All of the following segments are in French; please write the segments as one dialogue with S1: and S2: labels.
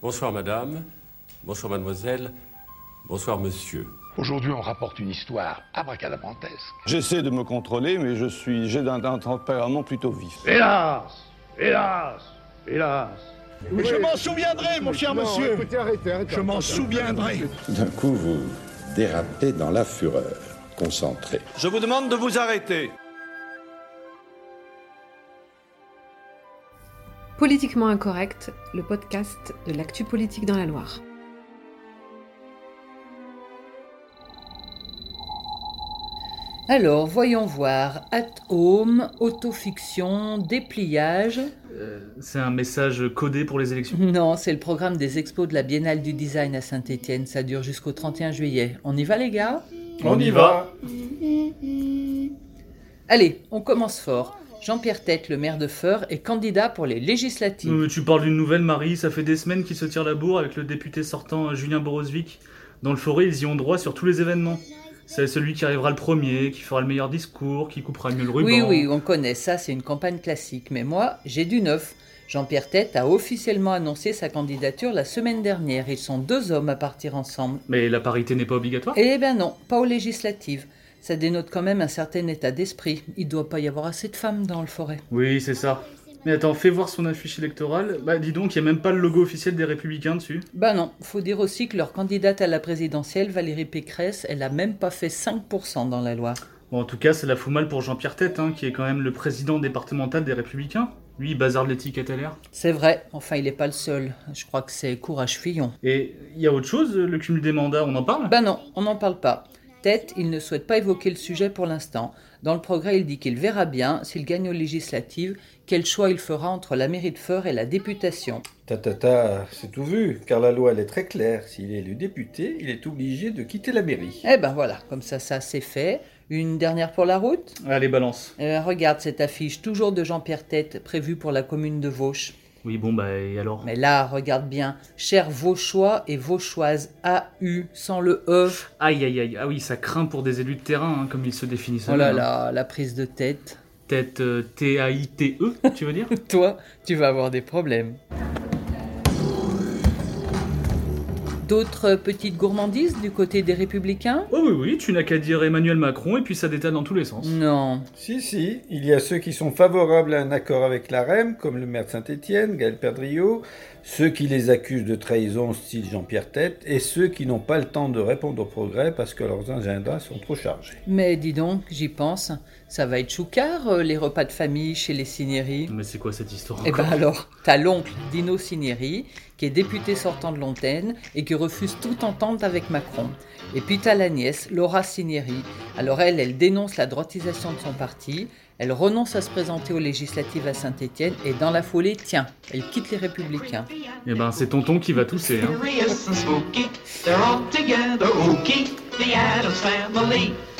S1: Bonsoir madame, bonsoir mademoiselle, bonsoir monsieur.
S2: Aujourd'hui, on rapporte une histoire abracadabrantesque.
S3: J'essaie de me contrôler, mais je suis, j'ai d'un d'un tempérament plutôt vif.
S4: Hélas Hélas Hélas
S5: Mais je m'en souviendrai, mon cher monsieur
S6: Écoutez, arrêtez, arrêtez.
S5: Je m'en souviendrai
S7: Tout d'un coup, vous dérapez dans la fureur, concentré.
S3: Je vous demande de vous arrêter.
S8: Politiquement Incorrect, le podcast de l'actu politique dans la Loire.
S9: Alors, voyons voir. At home, autofiction, dépliage.
S10: C'est un message codé pour les élections.
S9: Non, c'est le programme des expos de la Biennale du Design à Saint-Étienne. Ça dure jusqu'au 31 juillet. On y va, les gars
S10: On y va
S9: Allez, on commence fort. Jean-Pierre Tête, le maire de Feur, est candidat pour les législatives.
S10: Tu parles d'une nouvelle, Marie. Ça fait des semaines qu'il se tire la bourre avec le député sortant euh, Julien Borosvic. Dans le forêt, ils y ont droit sur tous les événements. C'est celui qui arrivera le premier, qui fera le meilleur discours, qui coupera mieux le ruban.
S9: Oui, oui, on connaît ça, c'est une campagne classique. Mais moi, j'ai du neuf. Jean-Pierre Tête a officiellement annoncé sa candidature la semaine dernière. Ils sont deux hommes à partir ensemble.
S10: Mais la parité n'est pas obligatoire.
S9: Eh ben non, pas aux législatives. Ça dénote quand même un certain état d'esprit. Il doit pas y avoir assez de femmes dans le forêt.
S10: Oui, c'est ça. Mais attends, fais voir son affiche électorale. Bah dis donc, il n'y a même pas le logo officiel des Républicains dessus.
S9: Ben non, faut dire aussi que leur candidate à la présidentielle, Valérie Pécresse, elle a même pas fait 5% dans la Loire.
S10: Bon, en tout cas, ça la fout mal pour Jean-Pierre Tête, hein, qui est quand même le président départemental des Républicains. Lui, il bazarde l'étiquette à l'air.
S9: C'est vrai, enfin il n'est pas le seul. Je crois que c'est Courage Fillon.
S10: Et il y a autre chose, le cumul des mandats, on en parle
S9: Ben non, on n'en parle pas. Tête, il ne souhaite pas évoquer le sujet pour l'instant. Dans le progrès, il dit qu'il verra bien, s'il gagne aux législatives, quel choix il fera entre la mairie de Feur et la députation.
S11: Ta ta ta, c'est tout vu, car la loi elle est très claire. S'il est élu député, il est obligé de quitter la mairie.
S9: Eh ben voilà, comme ça, ça c'est fait. Une dernière pour la route
S10: Allez, balance.
S9: Euh, Regarde cette affiche, toujours de Jean-Pierre Tête, prévue pour la commune de Vauche.
S10: Oui, bon, bah et alors
S9: Mais là, regarde bien, chers Vauchois et Vauchoises, AU, sans le E.
S10: Aïe, aïe, aïe. Ah oui, ça craint pour des élus de terrain, hein, comme ils se définissent.
S9: Oh là
S10: eux-mêmes, hein.
S9: là, la prise de tête.
S10: Tête euh, T-A-I-T-E, E, tu veux dire
S9: Toi, tu vas avoir des problèmes. D'autres petites gourmandises du côté des républicains
S10: Oh oui, oui, tu n'as qu'à dire Emmanuel Macron et puis ça détale dans tous les sens.
S9: Non.
S11: Si, si, il y a ceux qui sont favorables à un accord avec la REM, comme le maire de Saint-Étienne, Gaël Perdriau, ceux qui les accusent de trahison, style Jean-Pierre Tête, et ceux qui n'ont pas le temps de répondre au progrès parce que leurs agendas sont trop chargés.
S9: Mais dis donc, j'y pense, ça va être choucard euh, les repas de famille chez les Cinieri.
S10: Mais c'est quoi cette histoire
S9: Eh ben
S10: encore
S9: alors, t'as l'oncle Dino Cinieri, qui est député sortant de Lontaine et qui refuse toute entente avec Macron. Et puis t'as la nièce, Laura Cinieri. Alors elle, elle dénonce la droitisation de son parti, elle renonce à se présenter aux législatives à Saint-Étienne et dans la foulée, tiens, elle quitte les Républicains.
S10: Eh ben, c'est tonton qui va tousser, hein.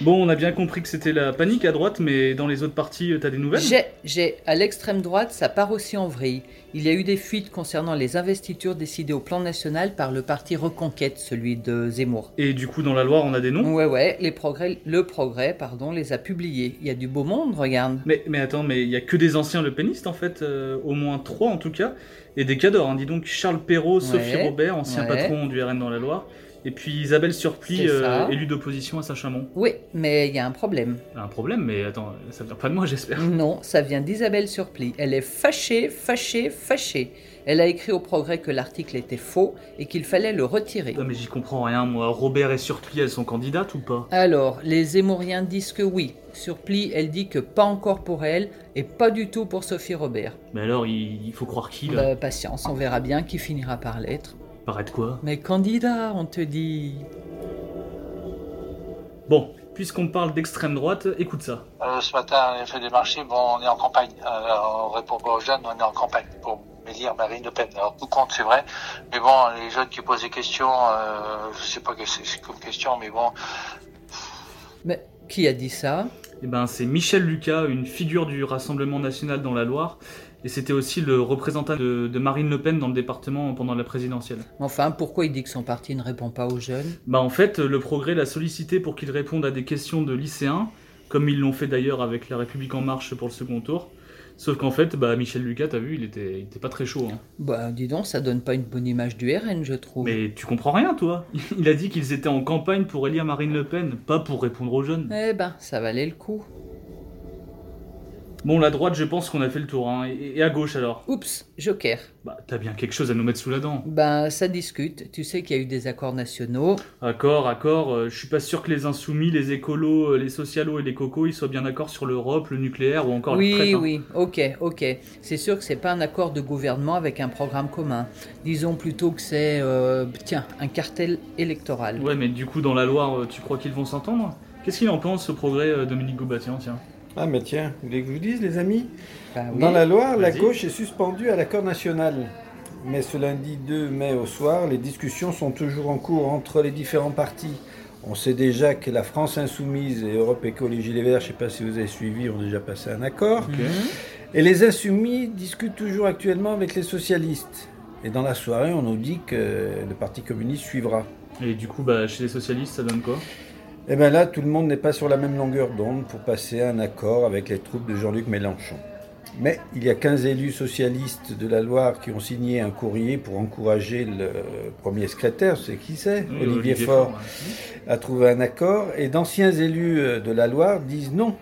S10: Bon, on a bien compris que c'était la panique à droite, mais dans les autres partis, euh, t'as des nouvelles
S9: J'ai, j'ai, à l'extrême droite, ça part aussi en vrille. Il y a eu des fuites concernant les investitures décidées au plan national par le parti Reconquête, celui de Zemmour.
S10: Et du coup, dans la Loire, on a des noms
S9: Ouais, ouais, les progrès, le progrès, pardon, les a publiés. Il y a du beau monde, regarde.
S10: Mais, mais attends, mais il y a que des anciens lepénistes en fait, euh, au moins trois en tout cas, et des cadors. Hein. Dis donc Charles Perrault, Sophie
S9: Ouais,
S10: Robert, ancien
S9: ouais.
S10: patron du RN dans la Loire, et puis Isabelle Surplis,
S9: C'est ça.
S10: euh, élue d'opposition à Saint-Chamond.
S9: Oui, mais il y a un problème.
S10: Un problème, mais attends, ça vient pas de moi, j'espère.
S9: Non, ça vient d'Isabelle Surplis. Elle est fâchée, fâchée, fâchée. Elle a écrit au progrès que l'article était faux et qu'il fallait le retirer.
S10: Ah, mais j'y comprends rien, moi. Robert et Surplis, elles sont candidates ou pas
S9: Alors, les Zemmouriens disent que oui. Surplis, elle dit que pas encore pour elle et pas du tout pour Sophie Robert.
S10: Mais alors, il, il faut croire qui, là
S9: Bah, patience, on verra bien qui finira par l'être.
S10: Paraître quoi
S9: Mais candidat, on te dit.
S10: Bon, puisqu'on parle d'extrême droite, écoute ça.
S12: Euh, ce matin, on a fait des marchés. Bon, on est en campagne. Euh, on répond pas aux jeunes, on est en campagne. Bon, mais
S6: dire Marine Le Pen. Alors tout compte, c'est vrai. Mais bon, les jeunes qui posent des questions, euh, je sais pas que c'est comme question, mais bon.
S9: Mais qui a dit ça
S10: Eh ben, c'est Michel Lucas, une figure du Rassemblement national dans la Loire. Et c'était aussi le représentant de, de Marine Le Pen dans le département pendant la présidentielle.
S9: Enfin, pourquoi il dit que son parti ne répond pas aux jeunes
S10: Bah en fait, le Progrès l'a sollicité pour qu'il réponde à des questions de lycéens, comme ils l'ont fait d'ailleurs avec La République en marche pour le second tour. Sauf qu'en fait, bah Michel Lucas, t'as vu, il était, il était pas très chaud. hein.
S9: Bah, dis donc, ça donne pas une bonne image du RN, je trouve.
S10: Mais tu comprends rien, toi Il a dit qu'ils étaient en campagne pour élire Marine Le Pen, pas pour répondre aux jeunes.
S9: Eh ben, ça valait le coup.
S10: Bon, la droite, je pense qu'on a fait le tour. hein. Et, et à gauche alors
S9: Oups, joker.
S10: Bah, t'as bien quelque chose à nous mettre sous la dent.
S9: Ben, ça discute. Tu sais qu'il y a eu des accords nationaux.
S10: Accord, accord, euh, je suis pas sûr que les insoumis, les écolos, euh, les socialos et les cocos, ils soient bien d'accord sur l'Europe, le nucléaire ou encore
S9: oui,
S10: la retraite. hein.
S9: oui, ok, ok. C'est sûr que c'est pas un accord de gouvernement avec un programme commun. Disons plutôt que c'est, euh, tiens, un cartel électoral.
S10: Ouais, mais du coup, dans la Loire, euh, tu crois qu'ils vont s'entendre Qu'est-ce qu'il en pense, ce progrès, euh, Dominique Goubatian Tiens.
S11: Ah, mais tiens, vous voulez que je vous dise, les amis
S9: Ben oui.
S11: Dans la Loire, la
S10: Vas-y.
S11: gauche est suspendue à l'accord national. Mais ce lundi 2 mai au soir, les discussions sont toujours en cours entre les différents partis. On sait déjà que la France Insoumise et Europe Éco, les Gilets Verts, je ne sais pas si vous avez suivi, ont déjà passé un accord.
S10: Mm.
S11: Et les Insoumis discutent toujours actuellement avec les socialistes. Et dans la soirée, on nous dit que le Parti communiste suivra.
S10: Et du coup, bah, chez les socialistes, ça donne quoi
S11: Et bien Eh ben là, tout le monde n'est pas sur la même longueur d'onde pour passer à un accord avec les troupes de Jean-Luc Mélenchon. Mais il y a 15 élus socialistes de la Loire qui ont signé un courrier pour encourager le premier secrétaire, c'est qui c'est
S10: Oui,
S11: Olivier, Faure,
S10: ouais.
S11: à trouver un accord. Et d'anciens élus euh, de la Loire disent non.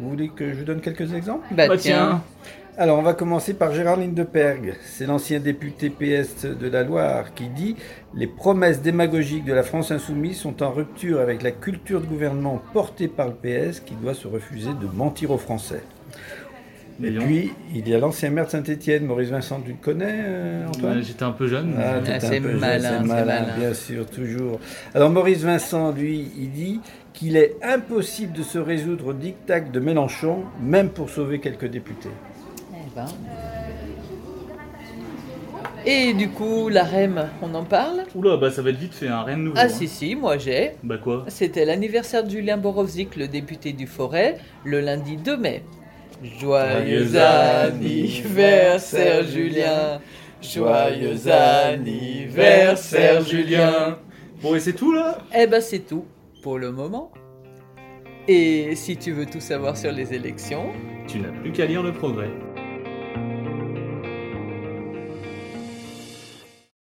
S11: Vous voulez que je vous donne quelques exemples
S9: Bah,
S10: Bah, tiens.
S9: tiens.
S11: alors, on va commencer par Gérard Lindeperg. C'est l'ancien député PS de la Loire qui dit Les promesses démagogiques de la France insoumise sont en rupture avec la culture de gouvernement portée par le PS qui doit se refuser de mentir aux Français. Et
S10: Voyons.
S11: puis, il y a l'ancien maire de Saint-Étienne, Maurice Vincent, tu le connais, euh, Antoine
S10: Ouais, J'étais un peu jeune. mais-
S11: ah, t'es
S9: Ah,
S11: un
S9: c'est
S11: peu jeune,
S9: malin,
S11: c'est
S9: c'est
S11: malin,
S9: malin.
S11: bien sûr, toujours. Alors Maurice Vincent, lui, il dit qu'il est impossible de se résoudre au diktat de Mélenchon, même pour sauver quelques députés.
S9: Eh ben. Et du coup, la REM, on en parle
S10: Oula, bah ça va être vite fait, hein, rien de nouveau.
S9: Ah
S10: hein.
S9: si, si, moi j'ai.
S10: Bah quoi
S9: C'était l'anniversaire de Julien Borowczyk, le député du Forêt, le lundi 2 mai. Joyeux anniversaire Julien Joyeux anniversaire Julien
S10: Bon, et c'est tout là
S9: Eh ben c'est tout pour le moment. Et si tu veux tout savoir sur les élections,
S10: Tu n'as plus qu'à lire le progrès.